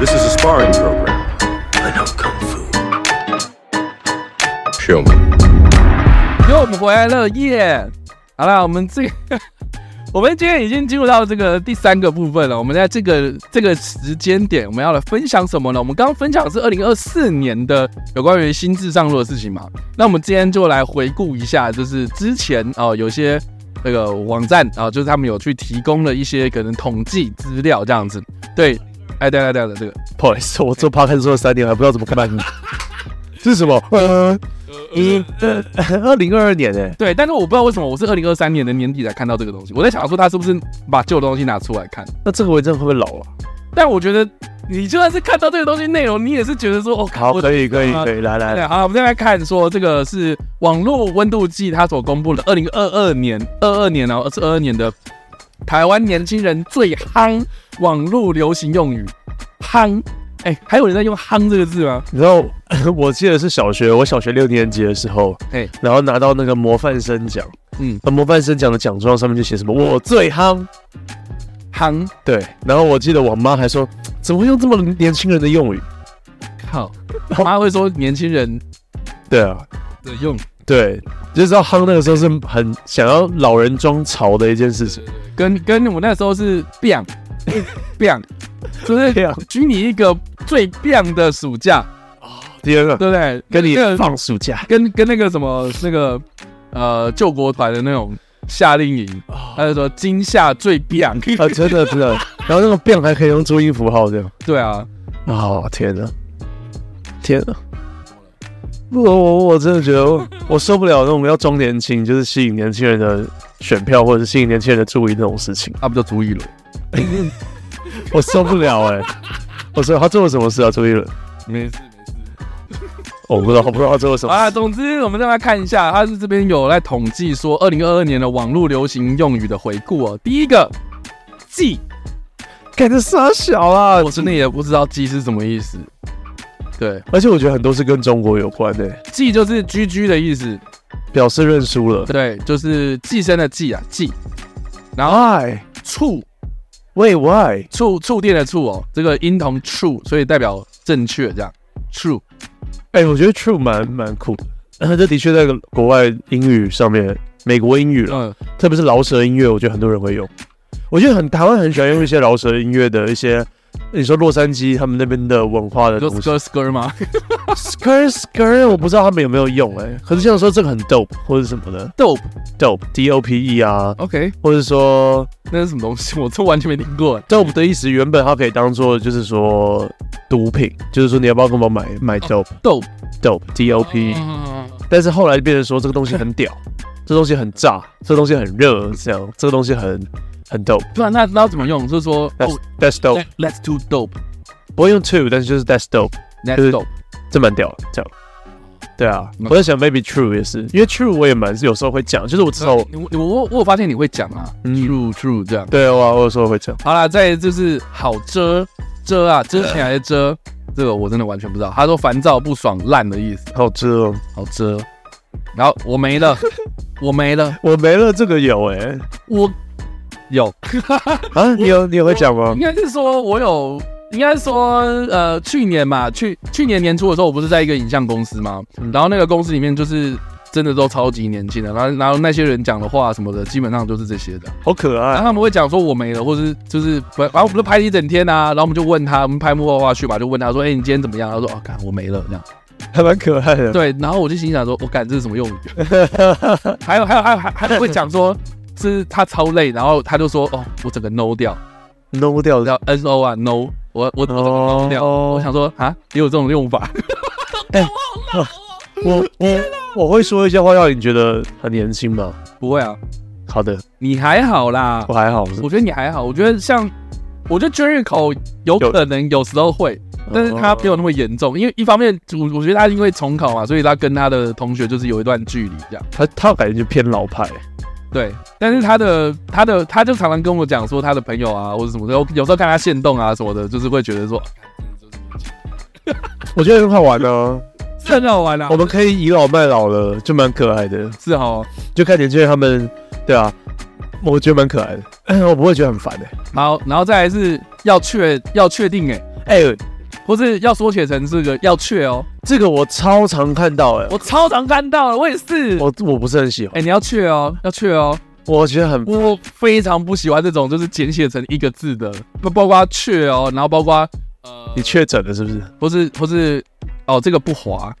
sparring program. I know kung fu. Show me. 因为我们回来了耶！好啦，我们这个， 我们今天已经进入到这个第三个部分了。我们在这个这个时间点，我们要来分享什么呢？我们刚刚分享的是二零二四年的有关于心智上路的事情嘛。那我们今天就来回顾一下，就是之前哦、有些那个网站啊、就是他们有去提供了一些可能统计资料这样子。对，哎，对对对对，这个不好意思，我做 p 开始做了三年，还不知道怎么看你。 这是什么？呃，你呃，二零二二年哎、对，但是我不知道为什么我是二零二三年的年底才看到这个东西。我在想说他是不是把旧的东西拿出来看。那这个文章会不会老啊了？但我觉得你就算是看到这个东西内容，你也是觉得说，哦，靠好，我可以，可以，啊可以，来来，对，来好，我们再来看说这个是网络温度计它所公布的二零二二年，二二年哦，是二二年的台湾年轻人最夯网络流行用语，夯。哎、还有人在用“夯”这个字吗？你知道， 我记得是小学，我小学六年级的时候，哎然后拿到那个模范生奖，嗯，那模范生奖的奖状上面就写什么“我最夯夯，”，对，然后我记得我妈还说，怎么会用这么年轻人的用语？靠，我妈会说年轻人对啊，的用，对，就知道夯那个时候是很想要老人装潮的一件事情，跟跟我那时候 是 biang biang，就是这样，举你一个最 biang 的暑假，第二个对不对？啊跟你那个放暑 假，跟跟那个什么那个呃救国团的那种夏令营，他就说今夏最 棒，啊，真的真的，然后那个变还可以用注音符号这样，对啊，啊、天哪，天哪！我我我真的觉得我我受不了那种要装年轻，就是吸引年轻人的选票，或者是吸引年轻人的注意那种事情，那不就足以了？我受不了 哎、我说他做了什么事啊？注意了，没事。哦我不知道，我不知道他做了什好啦，么事。总之我们再来看一下，他是这边有在统计说二零二二年的网络流行用语的回顾哦。第一个“记感觉傻小”，啊！哎我真的也不知道“记”是什么意思。对而且我觉得很多是跟中国有关的、，“记”就是“居居”的意思，表示认输了。对，就是寄生的“寄”啊，“寄”。然后 Why？ “触喂 Why？” 触触电的“触”哦，这个音同“触”，所以代表正确这样。true，哎、我觉得 True 蛮蛮酷的， 这的确在国外英语上面，美国英语了，嗯，特别是饶舌音乐，我觉得很多人会用。我觉得很台湾很喜欢用一些饶舌音乐的一些，你说洛杉矶他们那边的文化的就东西 skr skr 吗？ ，skr skr，我不知道他们有没有用哎、可是像说这个很 dope 或者什么的 dope dope d o p e 啊， OK，或者说那是什么东西？我这完全没听过。 dope 的意思原本它可以当做就是说毒品，就是说你要不要跟我买买 dope dope dope d o p e，但是后来变成说这个东西很屌，这东西很炸，这东西很热，这样这个东西很很 dope，不啊然那那要怎么用？就是说 that's 哦 that's dope。 let-，Let's do dope，Let's 不会用 true，但是就是 that's dope，就是 dope。这蛮屌的，这样。对啊，嗯我在想 maybe true 也是，因为 true 我也蛮有时候会讲，就是我至少你我我我有发现你会讲啊嗯，true true 这样。对啊我我有时候会讲，好啦，再就是好遮遮啊，遮起来的遮，这个我真的完全不知道。他说烦躁、不爽、烂的意思，好吃哦，好遮。然后我没了，我没了，我没了这个有哎、 我有。啊，你有你有会讲吗应？该是说我有，应该是说呃，去年嘛，去去年年初的时候，我不是在一个影像公司吗？嗯然后那个公司里面就是真的都超级年轻的，然后然后那些人讲的话什么的，基本上都是这些的。好可然爱后他们会讲说我没了，或是就是反反正我们就拍了一整天啊，然后我们就问他，我们拍幕后花絮嘛，就问他说，哎、你今天怎么样？他说，哦，看我没了这样。还蛮可爱 的。对，然后我就心想说，我感这是什么用语？ 还有还有还有还还会讲说。是他超累，然后他就说：“哦，我整个 no 掉， ，no 掉的叫 n o 啊 no，我我哦掉我哦，想说啊，也有这种用法， 我我我会说一些话让你觉得很年轻吗？不会啊，好的，你还好啦我，还好，我觉得你还好，我觉得像，我觉得 Jericho 有可能有时候会，但是他没有那么严重，因为一方面我我觉得他因为重考嘛，所以他跟他的同学就是有一段距离这样，他他感觉就偏老派，对，但是他的他的他就常常跟我讲说他的朋友啊或者什么的，我有时候看他现动啊什么的，就是会觉得说我觉得很好玩哦。是很 好玩啊我，们可以倚老卖老了，就蛮可爱的。是哦，就看年轻人他们，对啊，我觉得蛮可爱的，我不会觉得很烦的、好，然后再来是要确要确定哎、哎、或是要缩写成这个要确哦。这个我超常看到哎、我超常看到了，我也是。我我不是很喜哎、欢，你要确哦，要确哦。我觉得很我非常不喜欢这种就是简写成一个字的，不包括确哦，然后包括呃，你确诊了是不是？或是或是哦，这个不滑，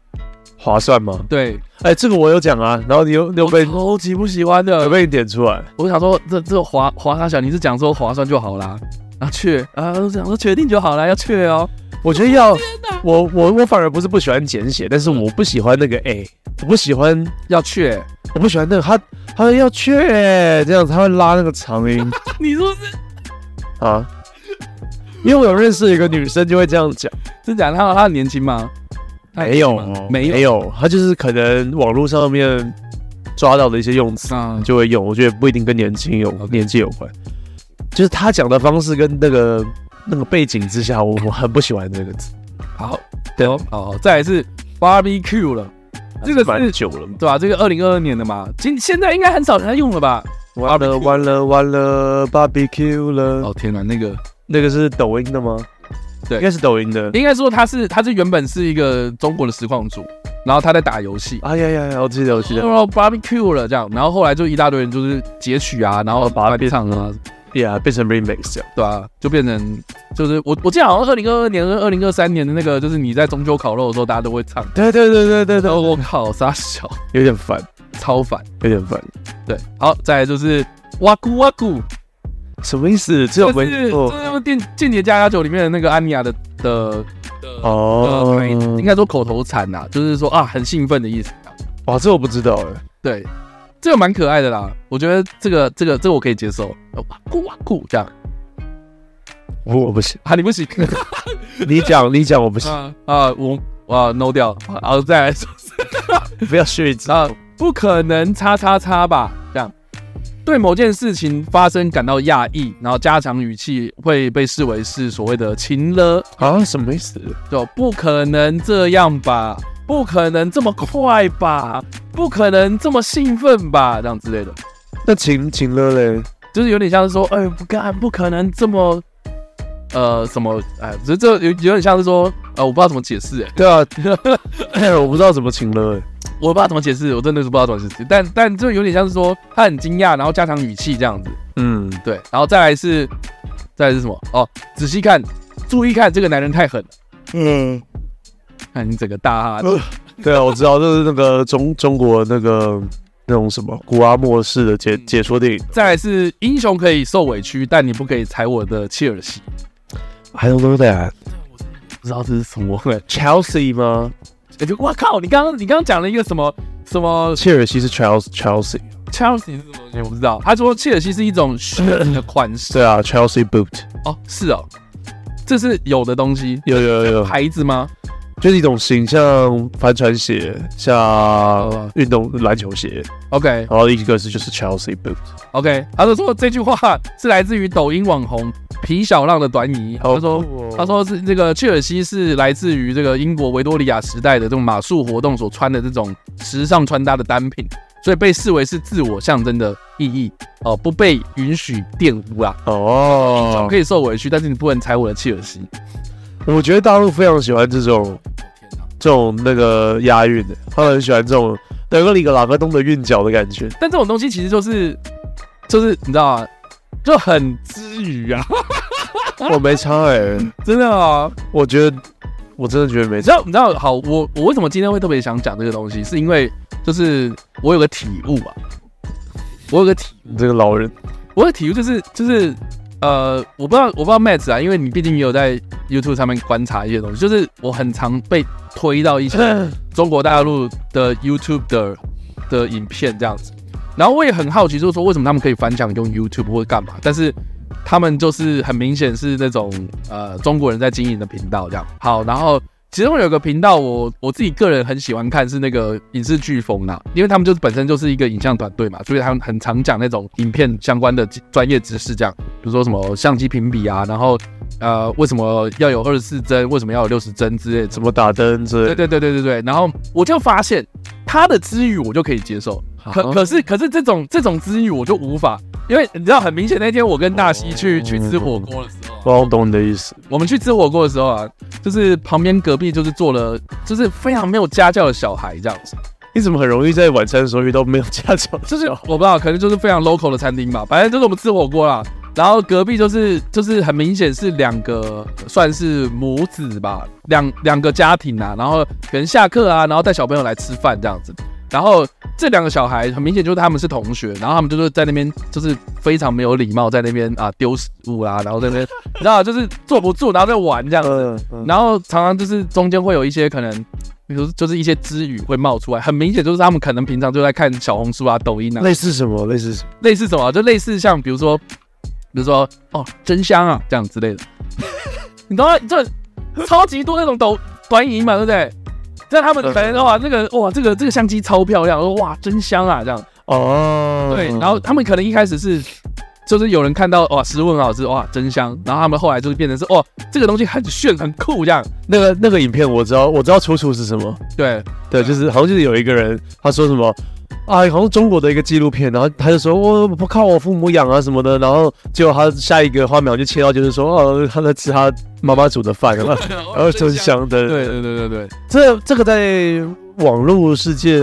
划算吗？对，哎、这个我有讲啊，然后你又你又我被超级不喜欢的有。被你点出来，我想说这这划划他小，你是讲说划算就好啦，然后确啊，我想说确定就好啦，要确哦。我觉得要我我我反而不是不喜欢简写，但是我不喜欢那个哎、我不喜欢要确，我不喜欢那个他他要确、这样子，他会拉那个长音你是不是啊。因为我有认识一个女生，就会这样讲，真假的？他他很年轻吗？他很没有哦年啊轻吗，没有没有，她就是可能网络上面抓到的一些用词，啊，就会用。我觉得不一定跟年轻有 OK 年纪有关，就是他讲的方式跟那个那个背景之下，我我很不喜欢这个字，好，对哦，好，再来是 barbecue 了，这个蛮是久了嘛。对吧、这个二零二二年的嘛，今现在应该很少人在用了吧？完了完了完了，barbecue 了，哦天哪，那个那个是抖音的吗？对应该是抖音的。应该说它是它是原本是一个中国的实况组，然后他在打游戏，哎呀呀呀，我记得我记然得，后 barbecue 了这样，然后后来就一大堆人就是截取啊，然后把它变唱啊，呀，变成 remix 这样。对啊，就变成就是我我记得好像二零二二年跟二零二三年的那个，就是你在中秋烤肉的时候，大家都会唱。对对对对对然对，后我靠，傻小，有点烦，超烦。有点烦。对，好，再来就是哇咕哇咕，什么意思？这就种是就是没哦那个《间间谍加加酒》里面的那个安妮亚的的哦呃，应该说口头禅呐、就是说啊，很兴奋的意思、啊。哇，这我不知道哎。对，这个蛮可爱的啦，我觉得这个这个这个我可以接受。呃哇咕哇咕这样我我不行，啊，你不行 你讲你讲我不行，啊啊，我啊 no 掉，然后再来说是不要学字。啊，不可能叉叉叉吧这样。对某件事情发生感到讶异，然后加强语气会被视为是所谓的“情了”，啊，什么意思？就不可能这样吧，不可能这么快吧，不可能这么兴奋吧，这样之类的，那晴晴乐嘞？就是有点像是说，哎、不干，不可能这么，呃，什么，哎，这这有有点像是说，呃，我不知道怎么解释，哎，对啊， 我不知道怎么晴乐哎。我不知道怎么解释，我真的是不知道怎么解释，但但这有点像是说，他很惊讶，然后加强语气这样子，嗯，对，然后再来是，再来是什么？哦，仔细看，注意看，这个男人太狠了，嗯，看你整个大哈，对啊，我知道，就是那个中中国那个那种什么古阿莫式的嗯解解说电影。再来是英雄可以受委屈，但你不可以踩我的切尔西。 I don't know that 不知道这是什么？ Chelsea 吗？我 就哇靠！你刚刚你刚刚讲了一个什么什么切尔西是 Chelsea Chelsea。 Chelsea 是什么东西？我不知道。他说切尔西是一种虚拟的款式对啊，Chelsea boot 哦，是哦，这是有的东西有有有，牌子吗？就是一种型，像帆船鞋，哦像运动篮球鞋， OK 然后一个是就是 Chelsea boot。 OK，他就说这句话是来自于抖音网红皮小浪的短语。他说他说是这个切尔西是来自于这个英国维多利亚时代的这种马术活动所穿的这种时尚穿搭的单品，所以被视为是自我象征的意义哦，不被允许玷污啊，哦可，以受委屈，但是你不能踩我的切尔西。我觉得大陆非常喜欢这种这种那个押韵的，他们很喜欢这种德格里格拉格东的韵脚的感觉。但这种东西其实就是就是你知道吗？就很之余啊，我没差哎、 真的啊，我觉得我真的觉得没你知差。道，你知道，好，我我为什么今天会特别想讲这个东西，是因为就是我有个体悟啊，我有个体，你这个老人，我的体悟就是就是呃，我不知道我不知道 Matt 啊，因为你毕竟也有在 YouTube 上面观察一些东西，就是我很常被推到一些中国大陆的 YouTube 的的影片这样子，然后我也很好奇，就是说为什么他们可以翻墙用 YouTube 或者干嘛，但是他们就是很明显是那种呃中国人在经营的频道这样。好，然后其中有个频道我我自己个人很喜欢看是那个影视飓风啦，因为他们就是本身就是一个影像团队嘛，所以他们很常讲那种影片相关的专业知识，这样，比如说什么相机评比啊，然后呃为什么要有二十四帧，为什么要有六十帧之类的，怎么打灯之类对的。对对对对对。然后我就发现他的资语我就可以接受，可可是可是这种这种资语我就无法，因为你知道很明显那天我跟大西去、去吃火锅的时候，我懂你的意思。我们去吃火锅的时候啊，就是旁边隔壁就是坐了，就是非常没有家教的小孩这样子。你怎么很容易在晚餐的时候遇到没有家教的？就是我不知道，可能就是非常 local 的餐厅吧。反正就是我们吃火锅啦，然后隔壁就是就是很明显是两个算是母子吧，两两个家庭啊，然后可能下课啊，然后带小朋友来吃饭这样子。然后这两个小孩很明显就是他们是同学，然后他们就是在那边就是非常没有礼貌，在那边啊丢食物啦、然后在那边你知道就是坐不住，然后在玩这样子，嗯嗯，然后常常就是中间会有一些可能，比如就是一些之语会冒出来，很明显就是他们可能平常就在看小红书啊、抖音啊，类似什么？类似什么？类似什么啊，就类似像比如说，比如说哦真香啊这样之类的， 你懂吗？这超级多那种抖短影音嘛，对不对？在他们可能哇，那个哇，这个这个相机超漂亮，说哇真香啊这样。哦，对，然后他们可能一开始是，就是有人看到哇食物很好吃，哇真香，然后他们后来就是变成是哦这个东西很炫很酷这样，那个那个影片我知道，我知道出处是什么。对，对，就是好像就是有一个人他说什么。啊，好像中国的一个纪录片，然后他就说哦我不靠我父母养啊什么的，然后结果他下一个画面就切到就是说哦、他在吃他妈妈煮 的饭，然后然后真香的，哦对对对对对，这这个在网络世界，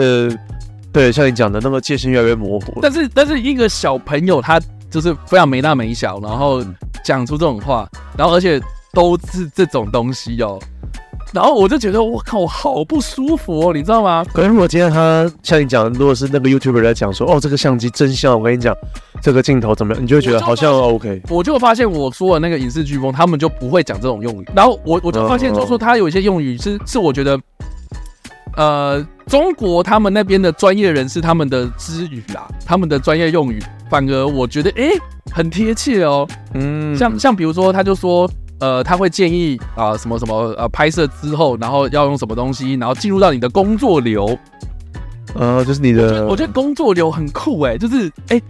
对，像你讲的那个界限越来越模糊了。但是但是一个小朋友他就是非常没大没小，然后嗯讲出这种话，然后而且都是这种东西哦。然后我就觉得，我靠，我好不舒服哦，你知道吗？可是如果今天他像你讲，如果是那个 YouTuber 在讲说，哦，这个相机真香，我跟你讲，这个镜头怎么样，你就会觉得好像哦 OK。我就发现我说的那个影视飓风，他们就不会讲这种用语。然后我我就发现，就是说嗯他有一些用语是是我觉得，呃，中国他们那边的专业人士他们的之语啦，他们的专业用语，反而我觉得诶很贴切哦。嗯，像像比如说，他就说。呃，他会建议啊、什么什么呃拍摄之后，然后要用什么东西，然后进入到你的工作流。哎呃，就是你的我觉得工作流很酷哎、就是哎、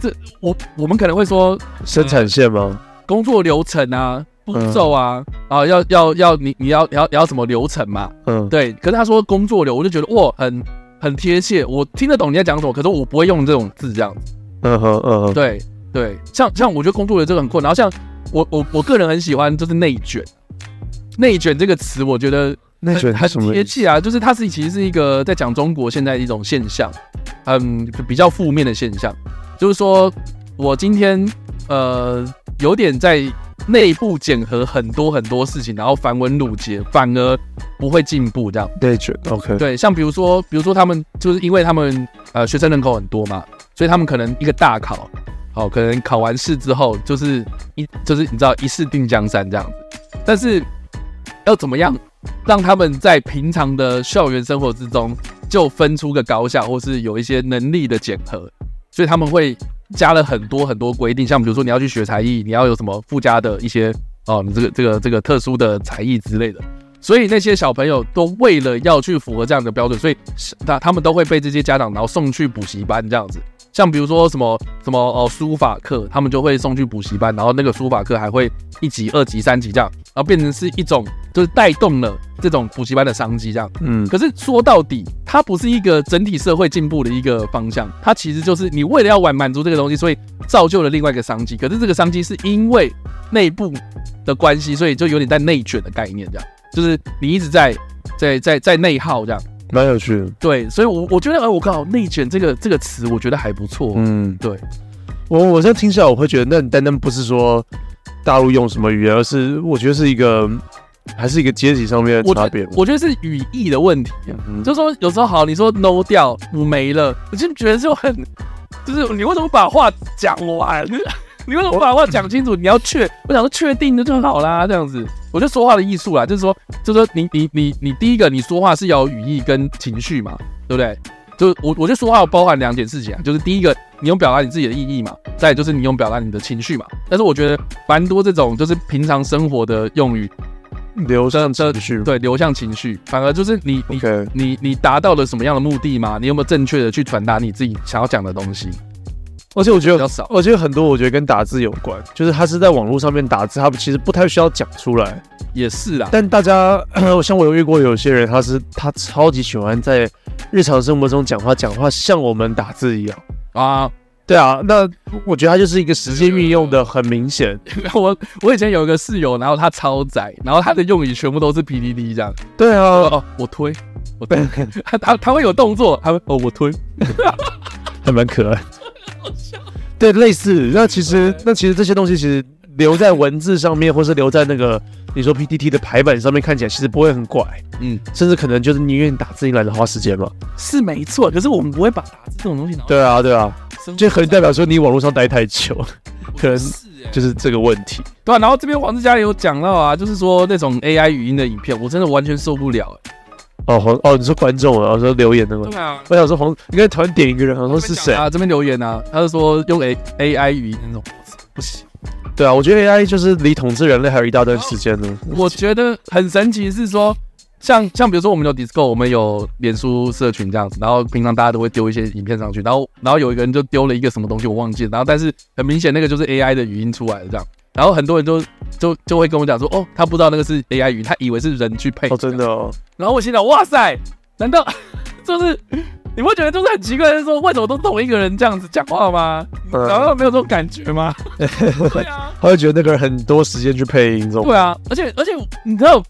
这我我们可能会说生产线吗？工作流程啊、步骤啊，啊要要要你你要你要你要什么流程嘛？嗯，对，可是他说工作流，我就觉得哇，很很贴切，我听得懂你在讲什么，可是我不会用这种字这样子。嗯哼嗯哼，对对，像像我觉得工作流这个很酷，然后像我我我个人很喜欢就是内卷，内卷这个词，我觉得那卷它很什么贴切啊，就是它是其实是一个在讲中国现在一种现象，嗯，比较负面的现象，就是说我今天呃有点在内部检核很多很多事情，然后繁文缛节，反而不会进步这样。内卷？OK，对，像比如说，比如说他们就是因为他们呃学生人口很多嘛，所以他们可能一个大考，好、可能考完试之后就是一就是你知道一试定江山这样子，但是要怎么样让他们在平常的校园生活之中就分出个高下，或是有一些能力的检核，所以他们会加了很多很多规定，像比如说你要去学才艺，你要有什么附加的一些哦，你这个这个这个特殊的才艺之类的。所以那些小朋友都为了要去符合这样的标准，所以是那他们都会被这些家长然后送去补习班这样子。像比如说什么什么哦书法课，他们就会送去补习班，然后那个书法课还会一级、二级、三级这样，然后变成是一种就是带动了这种补习班的商机这样。嗯，可是说到底，它不是一个整体社会进步的一个方向，它其实就是你为了要满满足这个东西，所以造就了另外一个商机。可是这个商机是因为内部的关系，所以就有点在内卷的概念，这样就是你一直在在在在内耗这样。蛮有趣的。对，所以我我觉得，呃，我刚好内卷这个这个词，我觉得还不错。嗯，对，我我现在听起来，我会觉得，那你单单不是说大陆用什么语言，而是我觉得是一个，还是一个阶级上面的我差觉别得嘛。我觉得是语义的问题。啊嗯就说有时候好，你说 no 掉我没了，我就觉得就很，就是你为什么把话讲完？ 你为什么把话讲清楚？你要确，我想说确定的就好啦，这样子。我觉得说话的艺术啦，就是说，就是说你你你你第一个，你说话是要有语义跟情绪嘛，对不对？就是我我觉得说话有包含两件事情啊，就是第一个，你用表达你自己的意义嘛，再来就是你用表达你的情绪嘛。但是我觉得蛮多这种就是平常生活的用语，流上情绪。对，流向情绪，反而就是你你 OK，你你达到了什么样的目的吗？你有没有正确的去传达你自己想要讲的东西？而且我觉比得较，少，而且很多我觉得跟打字有关，就是他是在网络上面打字，他其实不太需要讲出来。也是啦。但大家， 像我有遇过有些人，他是他超级喜欢在日常生活中讲话，讲话像我们打字一样。啊，对啊，那我觉得它就是一个时间运用的很明显。我我以前有一个室友，然后他超宅，然后他的用语全部都是 PDD 这样。对啊，哦，我推，我 推，他他他会有动作，他会哦我推，还蛮可爱。对，类似。那其实那其实这些东西其实留在文字上面，或是留在那个你说 PPT 的排版上面，看起来其实不会很怪，嗯，甚至可能就是宁愿打字进来的花时间嘛。是没错，可是我们不会把打字这种东西拿。对啊，对啊。就很代表说你网络上待太久， 可能欸就是这个问题。对啊，然后这边黄志佳有讲到啊，就是说那种 AI 语音的影片，我真的完全受不了、欸。哦，黄哦，你说观众啊，我说留言的吗？对啊，我想说黄，你看突然点一个人，我说是谁啊？这边留言啊，他就说用 A AI 语音那种，不行。对啊，我觉得 AI 就是离统治人类还有一大段时间呢。我觉得很神奇是说。像像比如说我们有 Discord，我们有脸书社群这样子，然后平常大家都会丢一些影片上去，然后然后有一个人就丢了一个什么东西我忘记了，然后但是很明显那个就是 AI 的语音出来的这样，然后很多人就就就会跟我讲说，哦，他不知道那个是 AI 语音，他以为是人去配哦，真的哦。然后我心想，哇塞，难道 就是你会觉得就是很奇怪，就是说为什么都同一个人这样子讲话吗？嗯、然后没有这种感觉吗？对啊，他会觉得那个人很多时间去配音，这种对啊，而且而且你知道。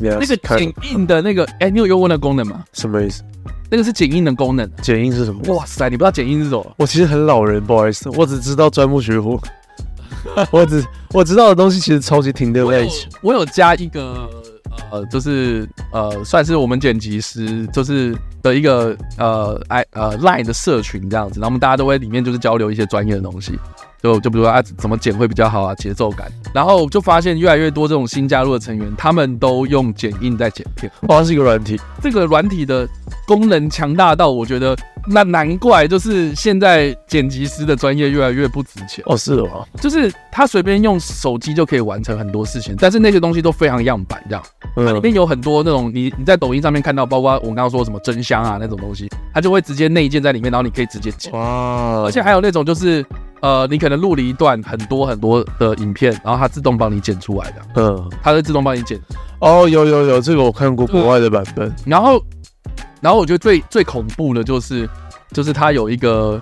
Yes, 那个剪映的那个，哎、欸，你有用过那功能吗？什么意思？那个是剪映的功能。剪映是什么？哇塞，你不知道剪映是什么？我其实很老人，不好意思，我只知道钻木取火。 我只我知道的东西其实超级停留在一起。我有加一个呃，就是呃，算是我们剪辑师就是的一个呃 i 呃 line 的社群这样子，然后我们大家都会里面就是交流一些专业的东西。就就比如说啊，怎么剪会比较好啊，节奏感。然后就发现越来越多这种新加入的成员，他们都用剪映在剪片。哇，它是一个软体，这个软体的功能强大到我觉得，那难怪就是现在剪辑师的专业越来越不值钱。哦，是哦，就是他随便用手机就可以完成很多事情，但是那些东西都非常样板这样。它嗯里面有很多那种你你在抖音上面看到，包括我刚刚说什么真香啊那种东西，它就会直接内建在里面，然后你可以直接剪。哇，而且还有那种就是。呃，你可能录了一段很多很多的影片，然后它自动帮你剪出来的，嗯，它会自动帮你剪。哦，有有有，这个我看过国外的版本。然后，然后我觉得最最恐怖的就是，就是它有一个，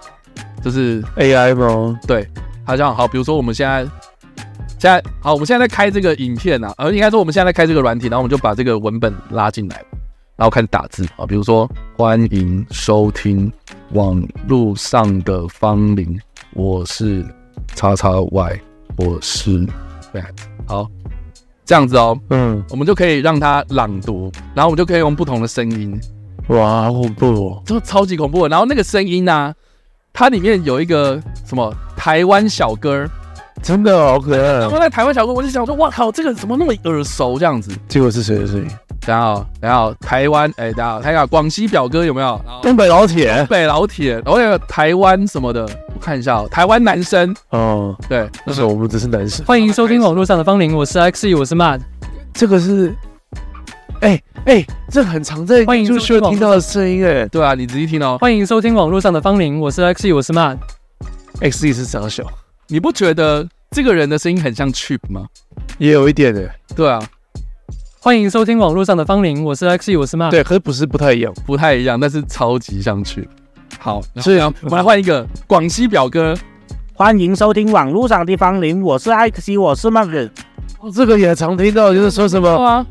就是 AI 吗？对，它这样好，比如说我们现在，现在好，我们现在在开这个影片啊，呃，应该说我们现在在开这个软体，然后我们就把这个文本拉进来，然后开始打字啊，比如说欢迎收听网路上的芳龄。我是叉叉 Y，我是对，好，这样子哦，嗯，我们就可以让他朗读，然后我们就可以用不同的声音，哇，好恐怖哦，就超级恐怖。然后那个声音呢、啊，它里面有一个什么台湾小哥，真的哦好可爱。我在台湾小哥，我就想说，哇靠，这个怎么那么耳熟这样子？结果是谁的声音？等下、哦，等下、哦，台湾，哎、欸，等下、哦，看一下广西表哥有没有？东北老铁，东北老铁，然后那个台湾什么的，我看一下，哦，台湾男生，哦，对，那时候我们只是男生。欢迎收听网络上的芳龄，我是 Xe，我是 Mad，这个是，哎、欸、哎、欸，这很常在欢迎就需要听到的声音，哎，对啊，你仔细听哦。欢迎收听网络上的芳龄，我是 Xe，我是 Mad，Xe 是傻小，你不觉得这个人的声音很像 Chip 吗？也有一点哎，对啊。欢迎收听网络上的芳龄，我是 X，我是 Mark。对，可是不是不太一样，不太一样，但是超级想去。好，啊所以哦我们来换一个广西表哥。欢迎收听网络上的芳龄，我是 X，我是 Mark。哦，这个也常听到，就是说什么啊，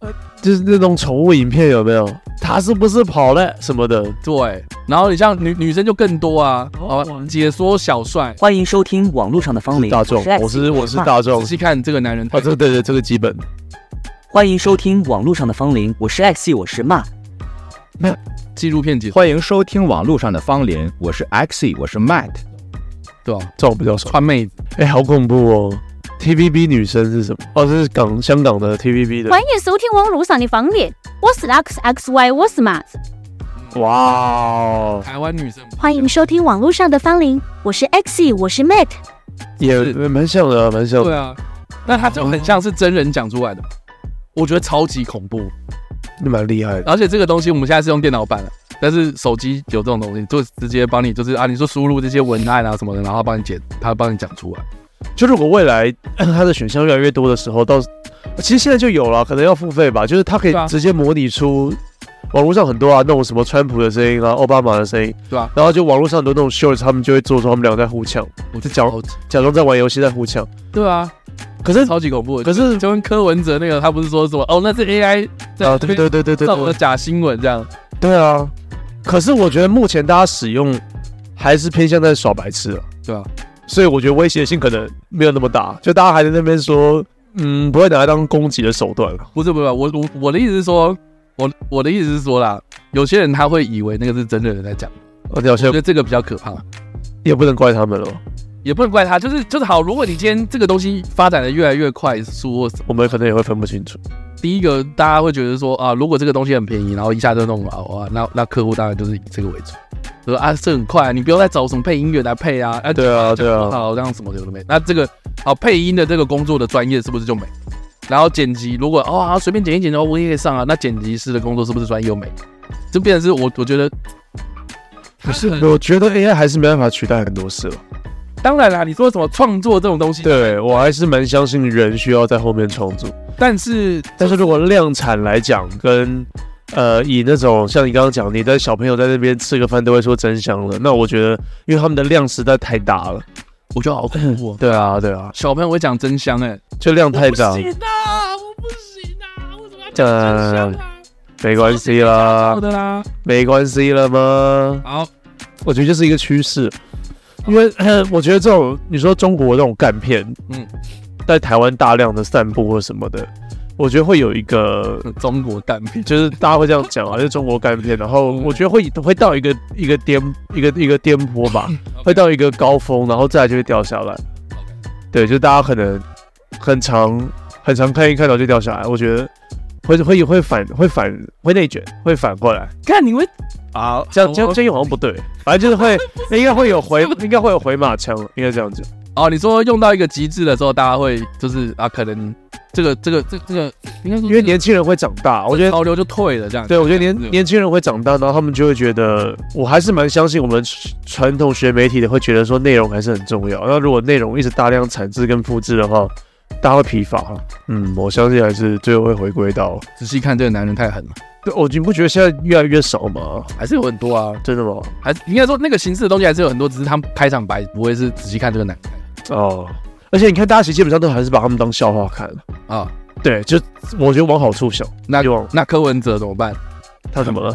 呃，就是那种宠物影片有没有？它是不是跑了什么的？对。然后你像女女生就更多啊，哦，解说小帅。欢迎收听网络上的芳龄，大众，我是我是大众。仔细看这个男人，啊，这个对对，这个基本。欢迎收听网络上的芳龄，我是 X，我是骂。那纪录片节。欢迎收听网络上的芳龄，我是 X，我是 Matt。对吧、啊？这我比较熟。川妹子，哎、欸，好恐怖哦！TVB 女生是什么？哦，这是港香港的 TVB 的。欢迎收听网络上的芳龄，我是 X X Y，我是 Matt。哇！哦台湾女生。欢迎收听网络上的芳龄，我是 X，我 E，是 Matt。也蛮像的、啊，蛮像的。对啊，那他就很像是真人讲出来的。我觉得超级恐怖，那蛮厉害的。而且这个东西我们现在是用电脑版的，但是手机有这种东西，就直接帮你，就是啊，你说输入这些文案啊什么的，然后帮你解，他帮你讲出来。就如果未来 它的选项越来啊越多的时候，到其实现在就有了，可能要付费吧。就是它可以直接模拟出网络上很多啊，那种什么川普的声音啊，奥巴马的声音，对啊然后就网络上很多那种 shorts，他们就会做出他们两个在互呛，我就讲假装在玩游戏在互呛。对啊，可是，超级恐怖的。可是就跟柯文哲那个，他不是说什么哦，那是 AI 在啊，对对对对对造我的对，假新闻这样。对啊。可是我觉得目前大家使用还是偏向在耍白痴了，对啊。所以我觉得威胁性可能没有那么大，就大家还在那边说，嗯，不会拿来当攻击的手段啊了。不是不是，我我我的意思是说，我我的意思是说啦，有些人他会以为那个是真的人在讲，而哦且好我像觉得这个比较可怕。也不能怪他们了，也不能怪他，就是就是好。如果你今天这个东西发展的越来越快速或什么，我们可能也会分不清楚。第一个大家会觉得说啊，如果这个东西很便宜，然后一下就弄了哇，那那客户当然就是以这个为主，就说啊这很快、你不用再找什么配音员来配啊，啊对 啊就对啊好像什么有的没。那这个好配音的这个工作的专业是不是就没？然后剪辑如果哦好随便剪一剪哦，我也可以上啊，那剪辑师的工作是不是专业又没？就变成是我我觉得可是我觉得 AI 还是没办法取代很多事了。当然啦，你说什么创作这种东西，对我还是蛮相信人需要在后面创作，但是但是如果量产来讲，跟呃以那种像你刚刚讲，你的小朋友在那边吃个饭都会说真香了，那我觉得因为他们的量实在太大了。我觉得好恐怖、哦。 对啊，对啊，小朋友会讲真香哎、就量太大，啊，我不行啊，为什么要讲真香啊呃没关系啦好，的啦，没关系了吗？好，我觉得就是一个趋势，因为呃我觉得这种你说中国这种干片，嗯嗯，在台湾大量的散布或什么的，我觉得会有一个中国干片，就是大家会这样讲啊，就是中国干片，然后我觉得会会到一个一个颠一个一个颠簸吧，会到一个高峰，然后再来就会掉下来。对，就大家可能很长很长看一看，然后就掉下来。我觉得会会会反会反会内卷，会反过来，看你会啊，这样这样这样好像不对，哦 反正就是会应该会有 回应该会有回马枪，应该这样子。哦，你说用到一个极致的时候，大家会就是啊，可能这个这个这这个应该说因为年轻人会长大，我觉得潮流就退了这样。对，我觉得这年样年轻人会长大，然后他们就会觉得，我还是蛮相信我们传统学媒体的，会觉得说内容还是很重要。那如果内容一直大量产制跟复制的话，大家会疲乏了。嗯，我相信还是最后会回归到。仔细看这个男人太狠了，对，我你不觉得现在越来越少吗？还是有很多啊，真的吗？还是应该说那个形式的东西还是有很多，只是他们开场白不会是仔细看这个男人太哦，而且你看，大家其实基本上都还是把他们当笑话看了。狠啊。对，就我觉得往好处想，那就往那柯文哲怎么办？他怎么了？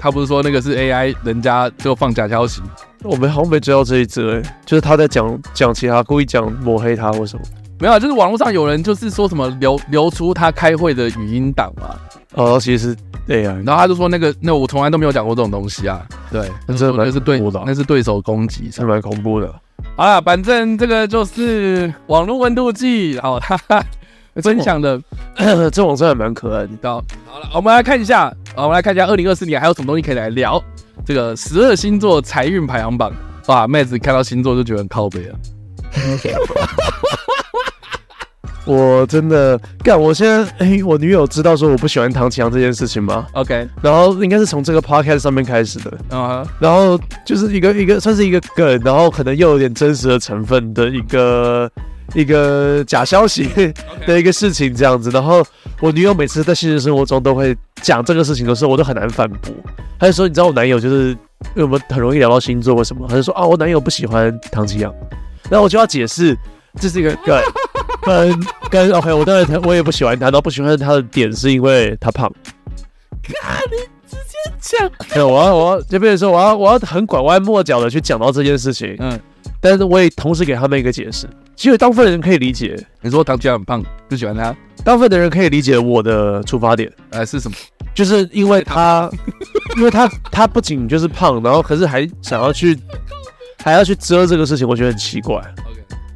他不是说那个是 AI，人家就放假消息，我们好像没追到这一则、欸，就是他在讲讲其他，故意讲抹黑他或什么。没有啊，就是网络上有人就是说什么流流出他开会的语音档嘛，哦，其实是 AI，然后他就说那个那我从来都没有讲过这种东西啊，对，那真的蛮那是对恐怖的啊那是对手攻击。是蛮恐怖的。 好了，反正这个就是网络温度计，好，他分享的这网站还蛮可爱的。到好了，我们来看一下，好我们来看一下二零二四年还有什么东西可以来聊这个十二星座财运排行榜。哇，妹子看到星座就觉得很靠北了。我真的干，我现在哎、我女友知道说我不喜欢唐强这件事情吗？ OK，然后应该是从这个 podcast 上面开始的，嗯哼，然后就是一个一个算是一个梗，然后可能又有点真实的成分的一个一个假消息 的一个事情这样子。然后我女友每次在现实生活中都会讲这个事情的时候，我都很难反驳。她就说，你知道我男友就是因为我们很容易聊到星座或什么，她就说啊，我男友不喜欢唐吉阳，然后我就要解释这是一个梗。跟跟 OK，我当然他我也不喜欢他，然后不喜欢他的点是因为他胖。对，我要我要就变成说，我要我要很拐弯抹角的去讲到这件事情，嗯，但是我也同时给他们一个解释。其实大部分人可以理解，你说唐吉诃很胖，不喜欢他，大部分的人可以理解我的出发点，呃，是什么？就是因为他，因为他他不仅就是胖，然后可是还想要去还要去遮这个事情，我觉得很奇怪。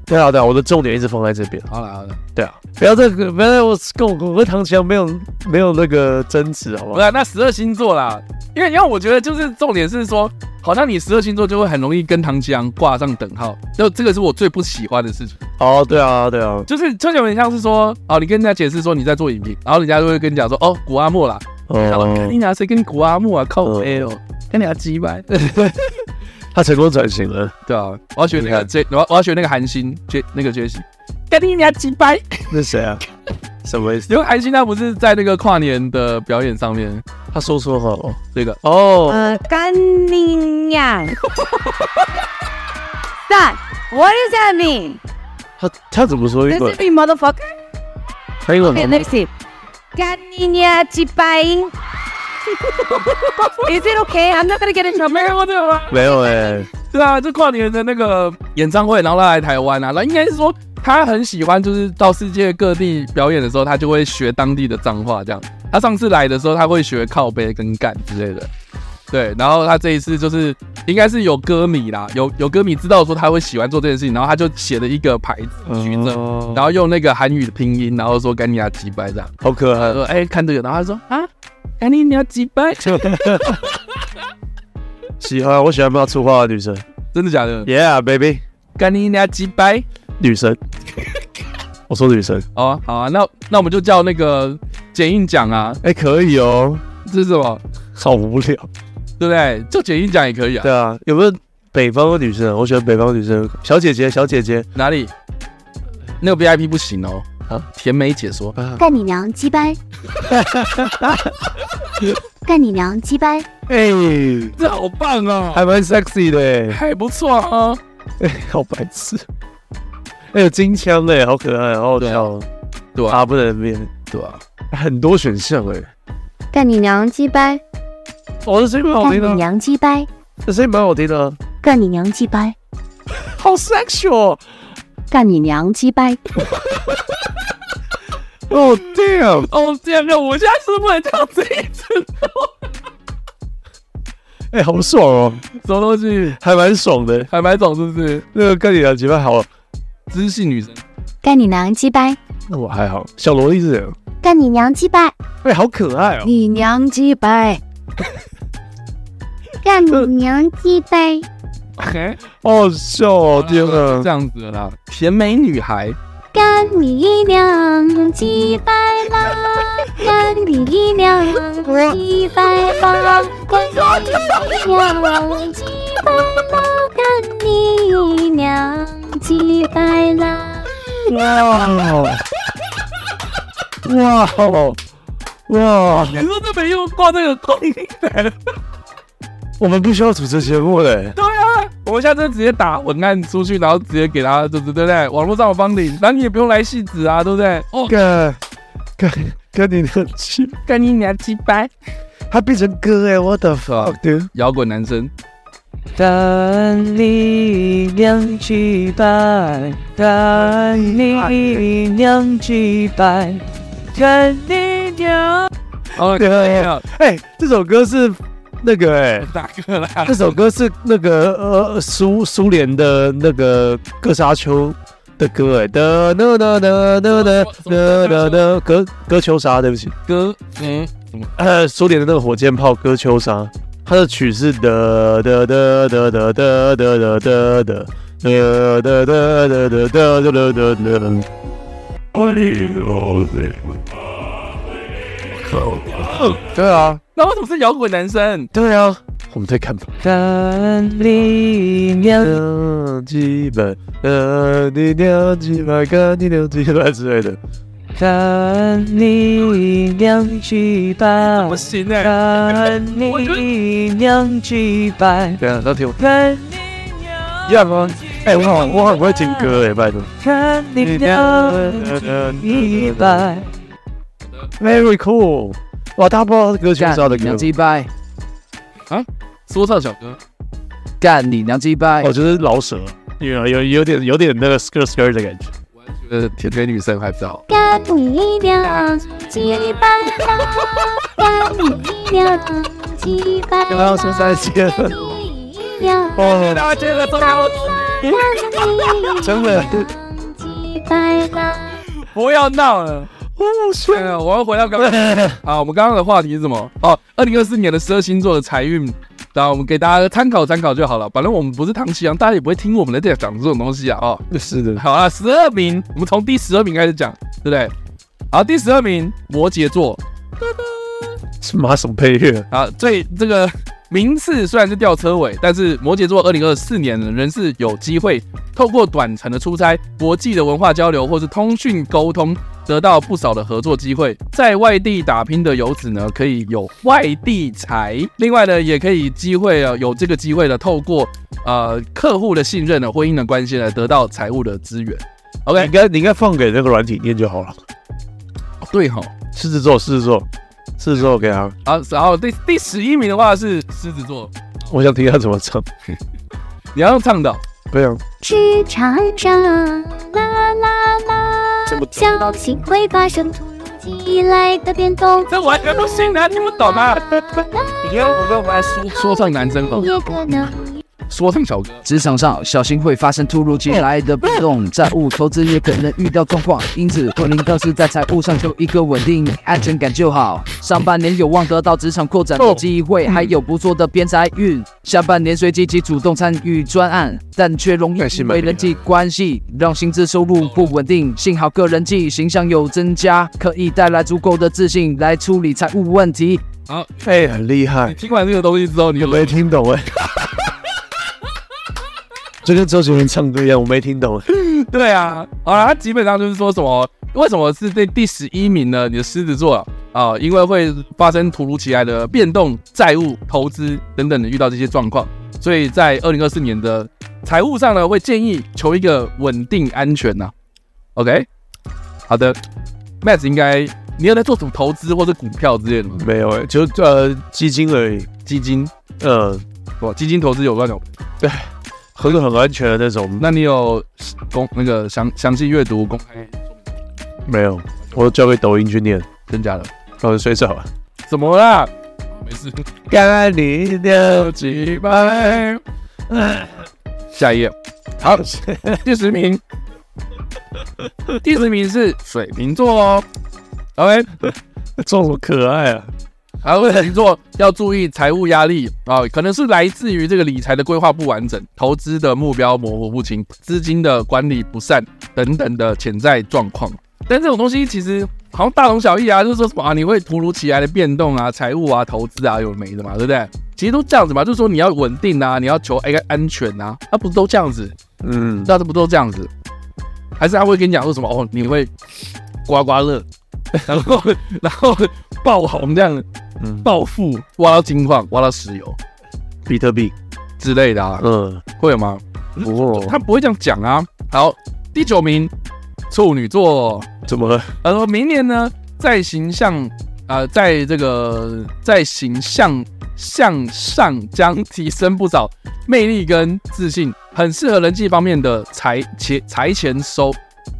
对啊对啊，我的重点一直放在这边。好了好了，对啊，不要这个，不要再我跟我我跟唐强没有没有那个争执，好不不好？是啊、那十二星座啦，因为因为我觉得就是重点是说，好像你十二星座就会很容易跟唐吉阳挂上等号，就这个是我最不喜欢的事情，哦，对啊对啊，就是就有点像是说，哦，你跟人家解释说你在做影评，然后人家就会跟你讲说，哦，古阿莫啦，然后看哦，你拿谁跟你古阿莫啊，靠嗯 A 哦，跟你俩鸡掰， 他成功转型了，对啊，我要学那你个看 J，我要我要学那个韩星 J 那个 J 西，跟你俩鸡掰，那谁啊？什么意思？因为韩星他不是在那个跨年的表演上面，他说错话了，这个哦，呃，干你娘！That what does that mean? 他他怎么说英 Does 文 it？mean motherfucker? 他英文 Okay, 吗 let me see. 干你娘鸡掰！Is it okay? I'm not gonna get in trouble. 没有哎，对啊，这跨年的那个演唱会，然后他来台湾啊，那应该是说他很喜欢，就是到世界各地表演的时候，他就会学当地的脏话这样。他上次来的时候，他会学靠背跟干之类的。对，然后他这一次就是应该是有歌迷啦，有有歌迷知道说他会喜欢做这件事情，然后他就写了一个牌子举着，哦然后用那个韩语的拼音，然后说干你啊鸡掰这样。好可他爱。 说哎、看这个，然后他说啊干你娘鸡掰，喜欢我喜欢骂粗话的女生真的假的？ ，Yeah baby，干你娘鸡掰。女神。我说女神，好啊，好啊，那那我们就叫那个剪映奖啊，哎，可以哦，这是什么？好无聊。对不对？就剪映奖也可以啊。对啊，有没有北方的女生？我喜欢北方女生，小姐姐，小姐姐。哪里？那个 VIP 不行哦。啊，甜美解说，干你娘鸡掰！干你娘鸡掰！哎，这好棒哦，还蛮 sexy 的 欸，还不错啊。好白痴。哎有金枪嘞，好可爱，好好笑哦，对啊，啊，不能变，对啊，很多选项哎。干你娘鸡掰！哦，这声音蛮好听的啊，娘鸡掰！这声音蛮好听的啊，干你娘鸡掰！好 sexual。干你娘鸡掰！哦，damn，哦，这样啊，我现在是不能叫这一次，哦哎，好爽哦， 什么东西？还蛮爽的。海白总是不是？那个跟你的结拜好，知性 女神，干你娘鸡掰！那我还好。小萝莉是谁？干你娘鸡掰！哎，好可爱哦。你娘鸡掰！ 干你娘鸡掰！好好笑哦，天啊这！样子的啦。甜美女孩，干你娘鸡掰 啦！干你娘鸡掰啦！干你娘鸡掰啦！干你娘鸡掰啦！哇，哇，哇！你说这没用，挂这个光来了。我们不需要主持节目嘞。对啊，我们下次直接打文案出去，然后直接给他，就是对不对？网络上有帮你，然后你也不用来戏子啊，对不对？哦，干干干你的鸡！干你娘鸡掰！他变成歌哎，What the fuck dude？摇滚男生，但你娘几百，但你娘几百，但你娘。哦，对没有哎，这首歌是那个哎、哪个啦？这首歌是那个呃苏苏联的那个格沙丘的歌哎、的呢呢呢呢呢呢呢呢格格秋莎，对不起，歌，嗯，什么？呃，苏联的那个火箭炮歌秋莎，它的曲是的的的的的的的的的的的的的的的的的的的。对啊，那为什么是摇滚男生？对啊，我们在看吧。但你娘娘几百，呃，你娘几百，干你娘几百之类的。看你娘几百不，行哎、看你娘几百，对啊，那听我看你娘一样吗？哎、我好，我很会听歌哎、拜托。看你娘几百， Very cool，哇，大家不知道歌曲是他的歌娘，鸡掰，说唱小哥，干你娘鸡掰我！觉得老舍，有有有点有点那个 skirt skirt 的感觉。呃，甜美女生还比较好。干你娘鸡掰啦！干你娘鸡掰刚刚啦！说再见干了，你娘！哦，大家接着收看我，真的鸡掰啦！不要闹了。对了，我要回到刚刚啊，我们刚刚的话题是什么？哦，二零二四年的十二星座的财运，然后我们给大家参考参考就好了。反正我们不是唐奇阳，大家也不会听我们在讲这种东西啊。哦，是的，好啊，十二名，我们从第十二名开始讲，对不对？好，第十二名摩羯座是妈什么配乐？啊，最这个名次虽然是吊车尾，但是摩羯座二零二四年仍是有机会透过短程的出差、国际的文化交流或是通讯沟通，得到不少的合作机会。在外地打拼的游子呢，可以有外地财；另外呢，也可以机会啊，有这个机会呢，透过呃客户的信任呢、婚姻的关系呢，得到财务的资源。你 OK，应该你应该放给那个软体念就好了。对吼。狮子座，狮子座，狮子座给他，好，然后第第十一名的话是狮子座，我想听他怎么唱。你要用唱的哦。对啊，职场上啦啦啦，消息会发生突如其来的变动。这完全不行啊，听不懂啊！你看我们玩输， 说唱男生哦，也可能说唱小哥，职场上小心会发生突如其来的变动，债务投资也可能遇到状况，因此婚姻倒是在财务上求一个稳定安全感就好。上半年有望得到职场扩展的机会，还有不错的偏财运。下半年虽积极主动参与专案，但却容易那是因蛮为厉害人际关系让薪资收入不稳定。幸好个人际形象有增加，可以带来足够的自信来处理财务问题。哎、很厉害你，听完这个东西之后，你就没听懂哎、就跟周杰伦唱歌一样，我没听懂。对啊，好啦，他基本上就是说什么，为什么是这第十一名呢？你的狮子座啊、因为会发生突如其来的变动、债务、投资等等的遇到这些状况，所以在二零二四年的财务上呢，会建议求一个稳定安全呐、OK，好的，Max 应该你有在做什么投资或者股票之类的吗？没有哎、就呃基金而已，基金，嗯，哇，哦基金投资有关的。很很安全的那种。那你有公那个详详细阅读公开没有，我都交给抖音去念，呃真假的？让人睡着了。怎么啦？没事。干你的几百。下一页， 好，第十名，第十名是水瓶座哦。OK，这么可爱啊！好，水瓶座要注意财务压力啊、可能是来自于这个理财的规划不完整、投资的目标模糊不清、资金的管理不善等等的潜在状况。但这种东西其实好像大同小异啊，就是说什么啊，你会突如其来的变动啊、财务啊、投资啊，有的没的嘛，对不对？其实都这样子嘛，就是说你要稳定啊，你要求哎安全啊，啊不是都这样子？嗯，大家不都这样子？还是他会跟你讲说什么？哦，你会刮刮乐，然后然后爆红这样，嗯暴富，挖到金矿，挖到石油比特币，之类的啊，嗯，哦会有吗？不过他不会这样讲啊。好，第九名，处女座，怎么了？他说明年呢，在形象啊、呃在这个在形象向上将提升不少魅力跟自信，很适合人际方面的财钱财钱收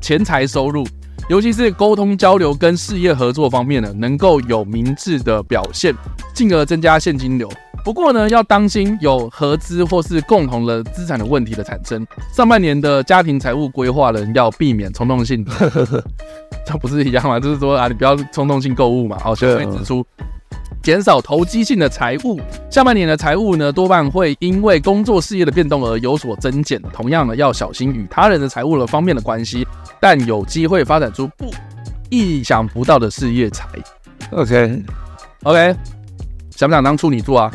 钱财收入，尤其是沟通交流跟事业合作方面呢，能够有明智的表现，进而增加现金流。不过呢，要当心有合资或是共同的资产的问题的产生。上半年的家庭财务规划呢，要避免冲动性的这不是一样吗？就是说啊，你不要冲动性购物嘛，哦，消费支出，减少投机性的财务。下半年的财务呢，多半会因为工作事业的变动而有所增减。同样呢，要小心与他人的财务的方面的关系，但有机会发展出不意想不到的事业财。 OK， OK，想不想当处女座啊？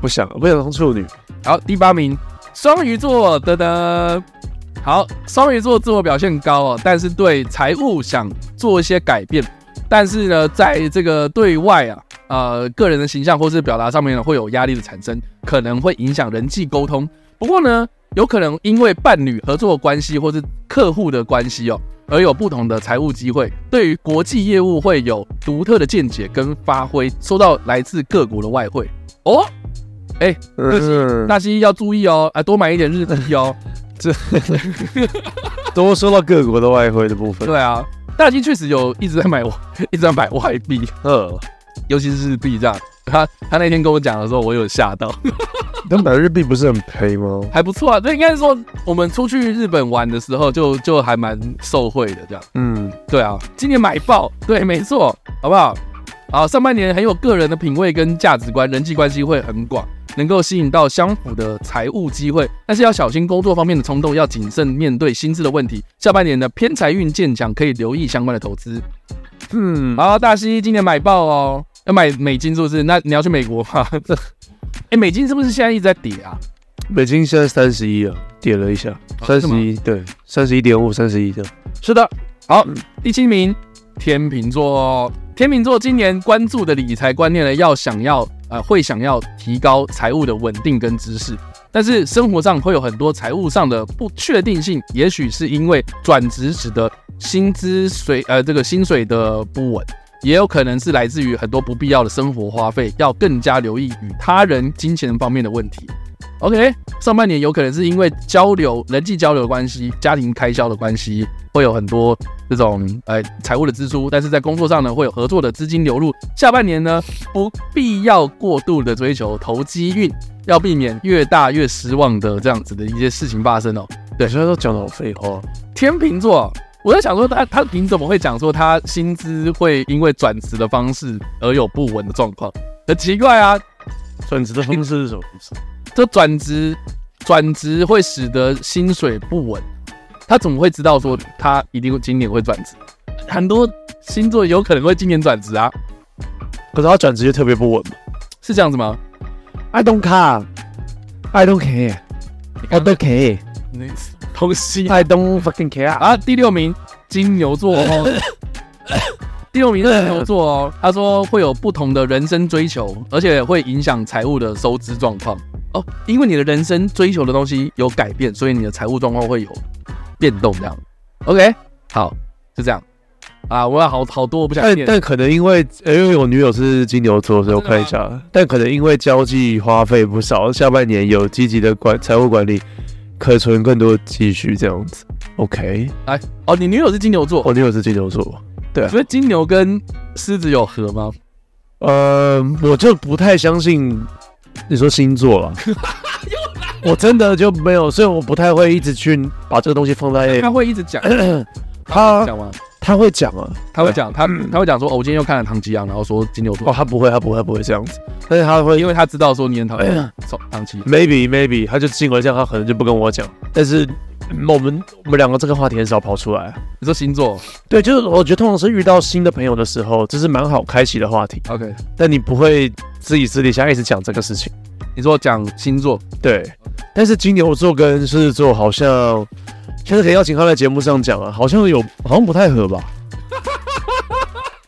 不想，不想当处女。好，第八名，双鱼座，噔噔。好，双鱼座自我表现高哦，但是对财务想做一些改变，但是呢，在这个对外啊，呃，个人的形象或是表达上面呢，会有压力的产生，可能会影响人际沟通。不过呢，有可能因为伴侣合作关系或是客户的关系哦，而有不同的财务机会，对于国际业务会有独特的见解跟发挥，收到来自各国的外汇哦。哎、嗯，大西要注意哦，啊，多买一点日币哦。多说到各国的外汇的部分。 对啊，大西确实有一直在买， 一直在买外币，嗯，尤其是日币这样。他他那天跟我讲的时候，我有吓到，但买日币不是很赔吗？还不错啊。这应该是说我们出去日本玩的时候就，就还蛮受惠的这样。嗯，对啊，今年买爆，对，没错，好不好？好，上半年很有个人的品味跟价值观，人际关系会很广，能够吸引到相符的财务机会，但是要小心工作方面的冲动，要谨慎面对薪资的问题。下半年的偏财运渐强，可以留意相关的投资。嗯，好，大西今年买爆哦，要买美金是不是？那你要去美国吗？哎，美金是不是现在一直在跌啊？美金现在三十一了，跌了一下，三十一，对，三十一点五，三十一这样。是的，好，第七名，天秤座。天秤座今年关注的理财观念呢，要想要呃，会想要提高财务的稳定跟知识，但是生活上会有很多财务上的不确定性，也许是因为转职使得薪资水呃这个薪水的不稳，也有可能是来自于很多不必要的生活花费，要更加留意与他人金钱方面的问题。OK，上半年有可能是因为交流、人际交流的关系、家庭开销的关系，会有很多这种呃财务的支出，但是在工作上呢，会有合作的资金流入。下半年呢，不必要过度的追求投机运，要避免越大越失望的这样子的一些事情发生哦。对，现在都讲的好废话。天秤座，我在想说他他凭怎么会讲说他薪资会因为转职的方式而有不稳的状况？很奇怪啊，转职的方式是什么？这转职，转职会使得薪水不稳。他怎么会知道说他一定今年会转职？很多星座有可能会今年转职啊，可是他转职就特别不稳嘛，是这样子吗？I don't care, I don't care, I don't care，那东西 I don't fucking care 啊！第六名金牛座 哦，第六名金牛座哦，他说会有不同的人生追求，而且会影响财务的收支状况。哦，因为你的人生追求的东西有改变，所以你的财务状况会有变动，这样。OK，好，就这样。啊，我好好多我不想但但可能因为、呃因为我女友是金牛座，所以我看一下。但可能因为交际花费不少，下半年有积极的管财务管理，可存更多积蓄这样子。OK，来，哦，你女友是金牛座，我女友是金牛座，对啊所以金牛跟狮子有合吗？呃，我就不太相信你说星座 了，我真的就没有，所以我不太会一直去把这个东西放 在他会一直讲，他讲吗？他会讲啊，他会讲，他他会讲说，哦，我今天又看了唐吉阳，然后说金牛哦，座，他不会，他不会，他不会这样子，但是他会因为他知道说你很讨 哎厌唐吉， maybe maybe，他就进而这样，他可能就不跟我讲。但是嗯我们我们两个这个话题很少跑出来。你说星座对，就是我觉得通常是遇到新的朋友的时候，这是蛮好开启的话题， ，OK，但你不会自己私底下一直讲这个事情。你说讲星座，对，但是金牛座跟狮子座好像，现在可以邀请他来节目上讲啊，好像有，好像不太合吧？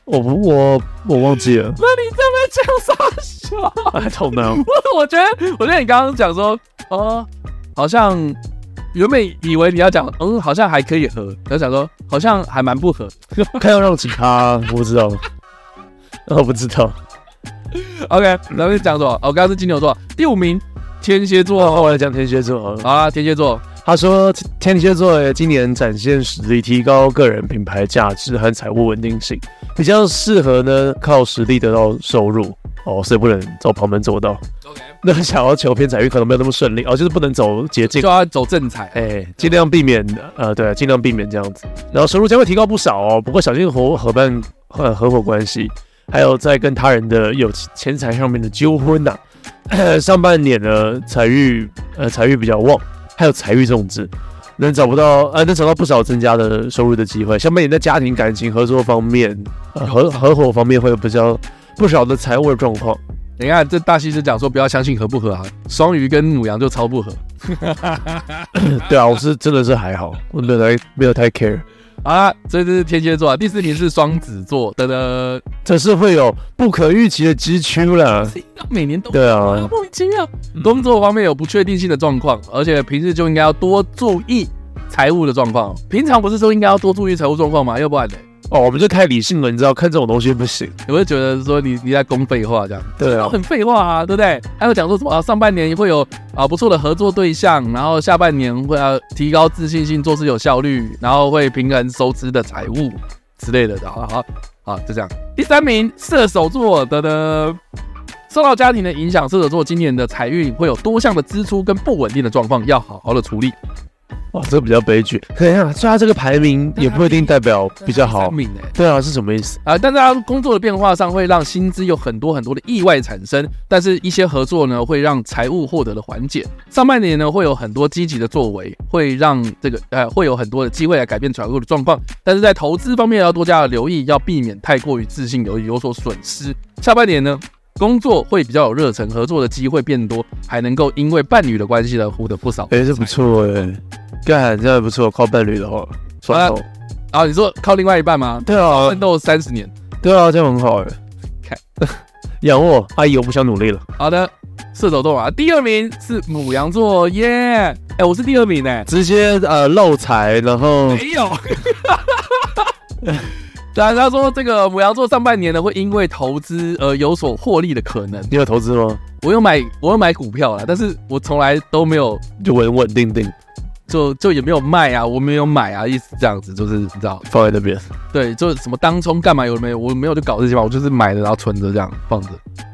我不，我我忘记了那你这边讲啥笑？ ，I don't know。我觉得，我觉得你刚刚讲说，哦，好像原本以为你要讲，嗯，好像还可以合，然后想说好像还蛮不合。 看要让其他，我不知道， 我不知道。 OK，然后就讲什么？哦，刚刚是金牛座，第五名天蝎那座。我来讲天蝎座好了。好啦，天蝎座，他说，天蝎座今年展现实力，提高个人品牌价值和财务稳定性，比较适合呢靠实力得到收入哦，所以不能走旁门左道。那想要求偏财运可能没有那么顺利哦，就是不能走捷径就。要走正财。哎、尽量避免，呃，对，尽量避免这样子。然后收入将会提高不少哦，不过小心合合办呃合伙关系，还有在跟他人的有钱财上面的纠纷呐、 上半年呢，财运呃财运比较旺，还有财运重置，能找不到呃能找到不少增加的收入的机会。下半年在家庭感情合作方面，呃、合合伙方面会有比较不少的财务的状况。 你看这大西是讲说不要相信合不合啊，双鱼跟母羊就超不合。对啊，我是真的是还好，我没有太没有太 care。好啦，这就是天蝎座啊。第四名是双子座，噔噔，这是会有不可预期的支出了。每年都对啊，莫名其妙。工作方面有不确定性的状况，而且平时就应该要多注意财务的状况。平常不是说应该要多注意财务状况吗？要不然呢？哦，我们就太理性了，你知道，看这种东西不行。你会觉得说你你在讲废话这样，对啊都 很废话啊，对不对？还有讲说什么、啊、上半年会有啊不错的合作对象，然后下半年会要、提高自信心，做事有效率，然后会平衡收支的财务之类的。好好好，就这样。第三名射手座的的。受到家庭的影响，射手座今年的财运会有多项的支出跟不稳定的状况，要好好的处理。哇，这个比较悲剧。可以啊，所以他这个排名也不一定代表比较第好三。名哎、对啊，是什么意思？啊，但是他工作的变化上会让薪资有很多很多的意外产生，但是一些合作呢会让财务获得了缓解。上半年呢会有很多积极的作为，会让这个呃会有很多的机会来改变财务的状况，但是在投资方面要多加的留意，要避免太过于自信有有所损失。下半年呢工作会比较有热忱，合作的机会变多，还能够因为伴侣的关系而获得不少。哎、这不错哎、干，这还不错，靠伴侣的话，好啦爽头。啊，你说靠另外一半吗？对啊奋，斗三十年。对啊，这样很好哎、看 养我，阿姨，我不想努力了。好的，射手座啊，第二名是母羊座耶。哎、我是第二名哎、直接呃漏财，然后没有。 对啊，他说这个母羊座上半年呢，会因为投资而有所获利的可能。你有投资吗？我有买，我有买股票啦，但是我从来都没有，就稳稳定定就就也没有卖啊，我没有买啊，意思这样子，就是你知道，放在那边。对，就是什么当冲干嘛有没有，我没有就搞这些嘛，我就是买了然后存着这样放着，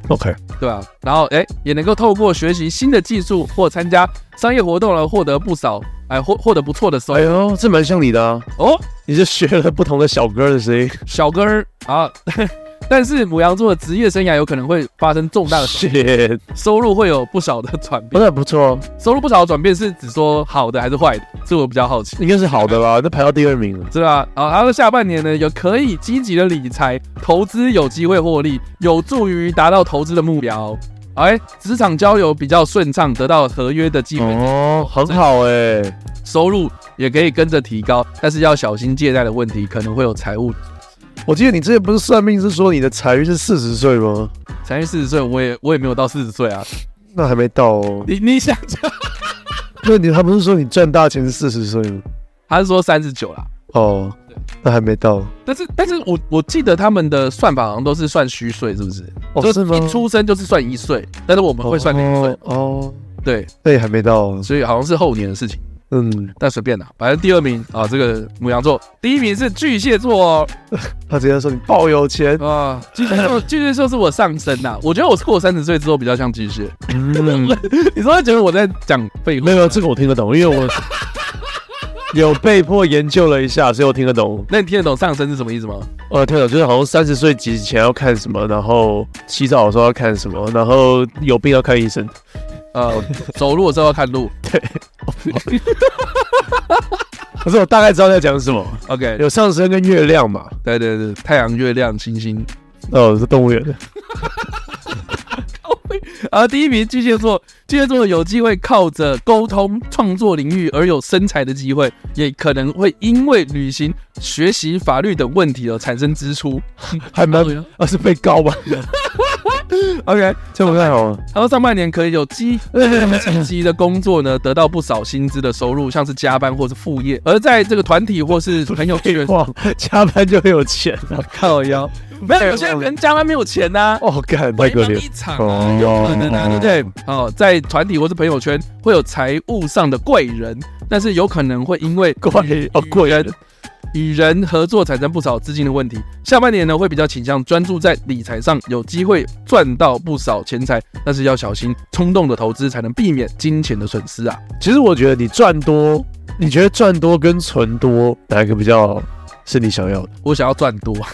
OK，对啊，然后哎、也能够透过学习新的技术或参加商业活动呢，获得不少哎获获得不错的收哎益、呦，这蛮像你的啊，哦。你就学了不同的小哥的声音。小哥儿啊， 但是母羊座的职业生涯有可能会发生重大的转 是，收入会有不少的转不变。是哦不错，收入不少的转变是指说好的还是坏的？这我比较好奇，应该是好的吧？那排到第二名了，是吧？啊，他说下半年呢有可以积极的理财投资，有机会获利，有助于达到投资的目标。哎，职场交流比较顺畅，得到合约的机会，哦，很好哎、欸收入也可以跟着提高，但是要小心借贷的问题，可能会有财务。我记得你之前不是算命是说你的财运是四十岁吗？才四十岁，我也我也没有到四十岁啊。那还没到哦。你你想这那你他不是说你赚大钱是四十岁吗？他是说三十九啦，哦，那还没到。但是但是我我记得他们的算法好像都是算虚岁，是不是？哦，就是吗？一出生就是算一岁，但是我们会算零岁，哦哦，对，那也还没到。哦所以好像是后年的事情。嗯，但随便啦，反正第二名啊，这个母羊座，第一名是巨蟹座他直接说你爆有钱。哦，啊，巨蟹 座，巨蟹座是我上身呐、我觉得我过三十岁之后比较像巨蟹。嗯， 你说觉得我在讲废话没？有这个我听得懂，因为 我有被迫研究了一下，所以我听得懂。那你听得懂上身是什么意思吗？呃，听得懂就是好像三十岁之前要看什么，然后洗澡的时候要看什么，然后有病要看医生。 呃，走路的时候要看路。可是我大概知道在讲什么， OK，有上升跟月亮嘛。对对对，太阳、月亮、星星。哦，是动物园的。而呃第一名巨蟹座，巨蟹座有机会靠着沟通、创作领域而有生财的机会，也可能会因为旅行、学习法律等问题而产生支出。还蛮对啊啊，是被告吧？ OK，这不太 好了。他说上半年可以有积积极的工作 呢，得到不少薪资的收入，像是加班或是副业。而在这个团体或是朋友 圈，哇，加班就很有钱了，靠腰。没有有些人加班没有钱啊呐、哦，干太白可忙怜一场啊，哦有可能啊，对不对？哦，在团体或是朋友圈会有财务上的贵人，但是有可能会因为怪哦 贵人与人合作产生不少资金的问题。下半年呢，会比较倾向专注在理财上，有机会赚到不少钱财，但是要小心冲动的投资，才能避免金钱的损失啊。其实我觉得你赚多，你觉得赚多跟存多哪一个比较是你想要的？我想要赚多，啊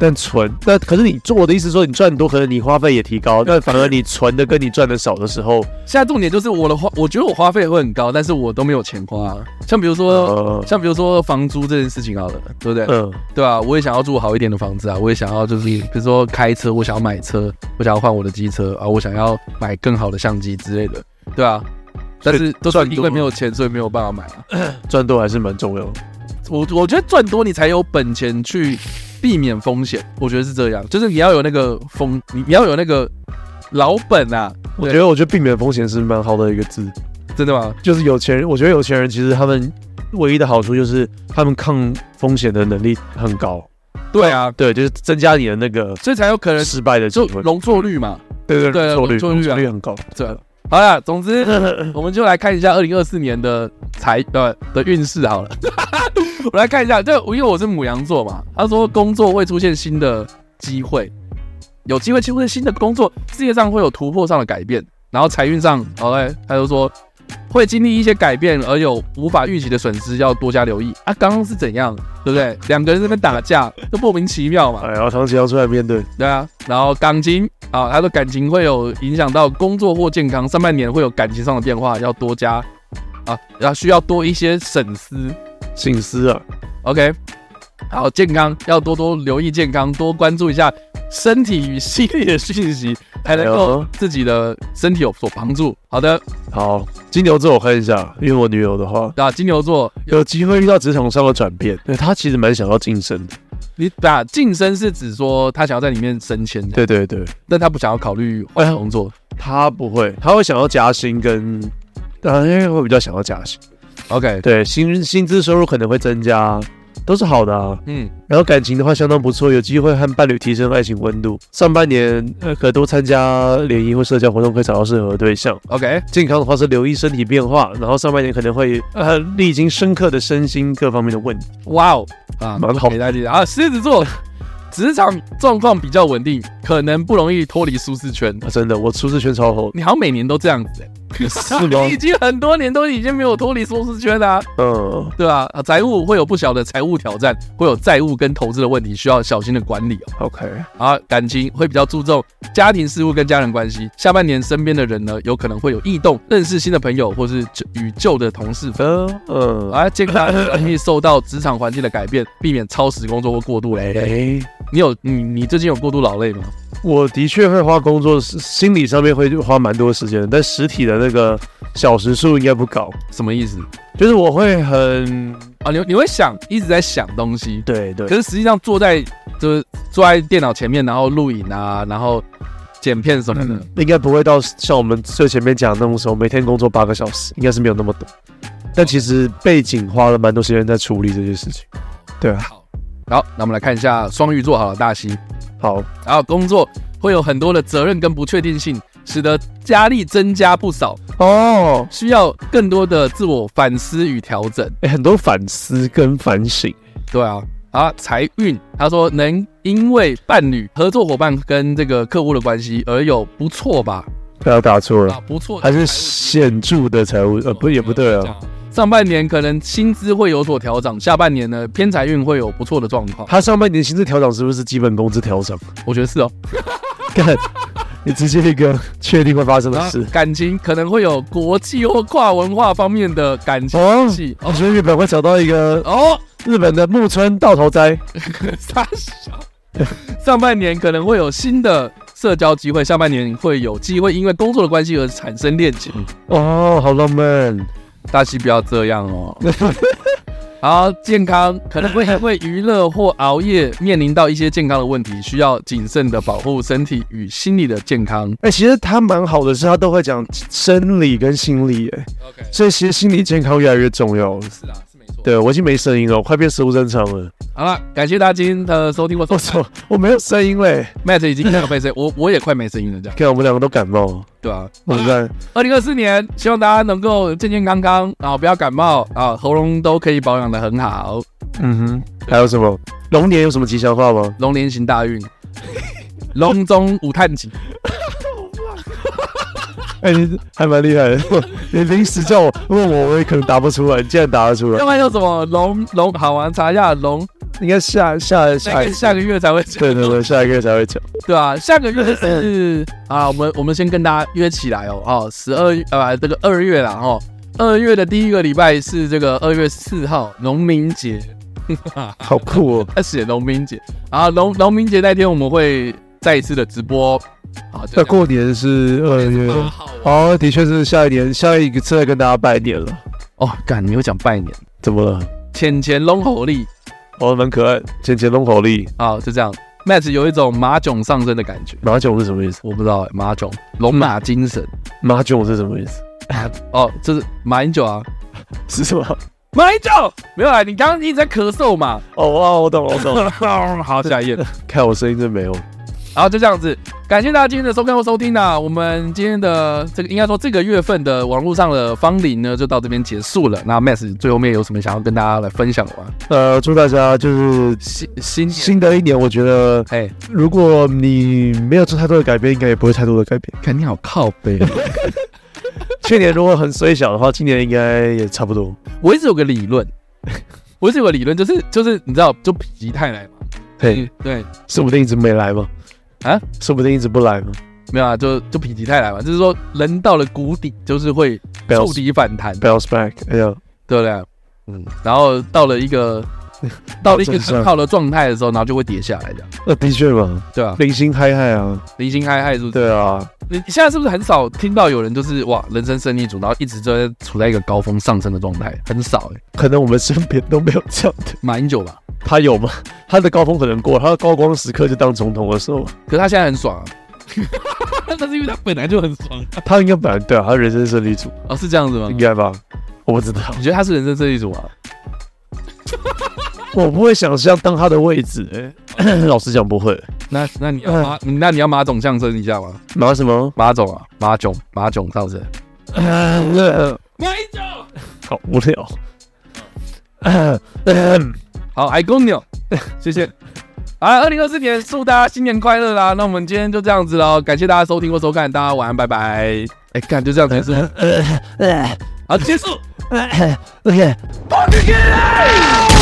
但存，那可是你做我的意思说，你赚多，可能你花费也提高，但反而你存的跟你赚的少的时候， 现在重点就是我的花，我觉得我花费会很高，但是我都没有钱花。啊像比如说，呃，像比如说房租这件事情好了，对不对？嗯，对啊，我也想要住好一点的房子啊，我也想要就是比如说开车，我想要买车，我想要换我的机车啊，我想要买更好的相机之类的，对啊。但是都是赚多因为没有钱，所以没有办法买啊。赚多还是蛮重要的。我我觉得赚多你才有本钱去避免风险，我觉得是这样，就是你要有那个风，你你要有那个老本啊。我觉得，我觉得避免风险是蛮好的一个字，得真的吗？就是有钱人，我觉得有钱人其实他们唯一的好处就是他们抗风险的能力很高，对啊，对，就是增加你的那个所以才有可能失败的机就会，容错率嘛。对对对容错率容错率啊容错率很高。对，好啦，总之我们就来看一下二零二四年的财呃的运势好了。 我来看一下，这因为我是母羊座嘛，他说工作会出现新的机会，有机会出现新的工作，事业上会有突破上的改变，然后财运上，好嘞，他就说会经历一些改变而有无法预期的损失，要多加留意啊。刚刚是怎样，对不对？两个人在那边打架，就莫名其妙嘛。哎呀，唐吉要出来面对，对啊，然后感情啊，他说感情会有影响到工作或健康，上半年会有感情上的变化，要多加啊，要需要多一些省思。醒思啊， OK，好，健康要多多留意健康，多关注一下身体与心理的讯息，才能够自己的身体有所帮助。好的，好，金牛座我看一下，因为我女友的话，啊，金牛座有机会遇到职场上的转变，对她其实蛮想要晋升的。你把晋升是指说他想要在里面升迁，对对对，但他不想要考虑换工作，他不会，他会想要加薪跟，啊，因为会比较想要加薪。 OK，对，薪薪资收入可能会增加。都是好的啊，嗯，然后感情的话相当不错，有机会和伴侣提升爱情温度。上半年呃，可多参加联谊或社交活动，可以找到适合的对象。 OK，健康的话是留意身体变化，然后上半年可能会呃历经深刻的身心各方面的问题。哇哦，啊，蛮好的，大家啊，狮子座。职场状况比较稳定，可能不容易脱离舒适圈、啊。真的，我舒适圈超厚。你好像每年都这样子、欸，是吗？ 已经很多年都已经没有脱离舒适圈啦、啊。嗯，对吧、啊？财务会有不小的财务挑战，会有债务跟投资的问题，需要小心的管理哦。OK，啊，感情会比较注重家庭事务跟家人关系。下半年身边的人呢，有可能会有异动，认识新的朋友，或是与旧的同事。嗯嗯，啊，健康容易受到职场环境的改变，避免超时工作或过度累。哎欸你有你你最近有过度劳累吗？我的确会花工作，心理上面会花蛮多时间的，但实体的那个小时数应该不高。什么意思？就是我会很啊，你你会想一直在想东西，对对。可是实际上坐在就是坐在电脑前面，然后录影啊，然后剪片什么的，嗯、应该不会到像我们最前面讲那种时候，每天工作八个小时，应该是没有那么多。但其实背景花了蛮多时间在处理这些事情，对啊。好，那我们来看一下双鱼座好了，大西。好，然后工作会有很多的责任跟不确定性，使得压力增加不少哦，需要更多的自我反思与调整。哎，很多反思跟反省。对啊，啊，财运，他说能因为伴侣、合作伙伴跟这个客户的关系而有不错吧？不要打错了，啊、不错，还是显著的财务，呃，不也不对啊。上半年可能薪资会有所调整，下半年呢偏财运会有不错的状况。他上半年薪资调整是不是基本工资调整？我觉得是哦。干，你直接一个确定会发生的事。感情可能会有国际或跨文化方面的感情关系。我觉得哦日本会找到一个哦，日本的木村道头哉。傻笑。上半年可能会有新的社交机会，下半年会有机会因为工作的关系而产生恋情。哦，好浪漫。大西不要这样哦。 好，健康可能会因为娱乐或熬夜面临到一些健康的问题，需要谨慎的保护身体与心理的健康。哎、欸，其实他蛮好的，是他都会讲生理跟心理、欸，哎，所以其实心理健康越来越重要了。是啊，是没错。对我已经没声音了，我快变食物正常了。好了，感谢大家今天的收听。我我操，我没有声音嘞，Matt 已经那个没声，我我也快没声音了，这样。看我们两个都感冒。对啊，我在二零二四年，希望大家能够健健康康，然后不要感冒啊，喉咙都可以保养的很好。嗯哼，还有什么？龙年有什么吉祥话吗？龙年行大 运，龙中五探吉。哎欸，你还蛮厉害的， 你临时叫我问我，我也可能答不出来，你竟然答得出来。要不然叫什么龙龙？好玩，查一下龙。应该下下下下个月才会讲，哎 对对对，下个月才会 讲，对啊，下个月 是啊，我们我们先跟大家约起来哦，哦，十二呃这个二月啦哦，二月的第一个礼拜是这个二月四号农民节，好酷哦，开始农民节啊，农农民节那天我们会再一次的直播。啊好，那过年是二月，哦，的确是下一年下一个次来跟大家拜年了。哦，干，你又讲拜年，怎么了？浅浅龙吼力。哦，蛮可爱，前前龙口力啊，就这样。Match 有一种马囧上身的感觉。马囧是什么意思？我不知道、欸。马囧，龙马精 神。马囧是什么意思？哦，这是马英九啊，是什么？ 马英九没有啊，你刚刚一直在咳嗽 嘛。哦哇，我懂了，我懂 了。好，下一页。看我声音真没哦有。然后就这样子，感谢大家今天的收看或收听啦、啊。我们今天的这个应该说这个月份的网络上的芳龄呢，就到这边结束了。那 Max 最后面有什么想要跟大家来分享的吗？呃，祝大家就是新新新的一年，我觉得，哎，如果你没有做太多的改变，应该也不会太多的改变。肯定好靠背。 去年如果很虽小的话，今年应该也差不多。我一直有个理 论，我一直有个理论，就是就是你知道，就否极泰来嘛。对对，说不定一直没来嘛。啊，说不定一直不来嘛，没有啊，就就否极泰来嘛，就是说人到了谷底，就是会触底反弹，bounce back，哎呀， 对不对？嗯，然后到了一个到了一个很好的状态的时候，然后就会跌下来的。那的确嘛，对啊，零星嗨嗨啊，零星嗨嗨是不是？对啊，你现在是不是很少听到有人就是哇人生胜利组，然后一直都在处在一个高峰上升的状态？很少哎、可能我们身边都没有这样的。马英九吧，他有吗？他的高峰可能过了，他的高光时刻就当总统的时候，可是他现在很爽啊。 那是因为他本来就很爽他应该本来对啊，他人生胜利组哦，是这样子吗应？该吧？我不知道，你觉得他是人生胜利组啊？我不会想象当他的位置、欸老实讲不会。那那你要马，那你要马总相声一下吗？拿什么？马总啊，马囧，马囧上身。马英九，好无聊。嗯好，爱公牛， 谢谢。好了，二零二四年祝大家新年快乐啦！那我们今天就这样子喽，感谢大家收听或收看，大家晚安，拜拜。哎、干就这样子 结束，好，结束。 OK。跑出去了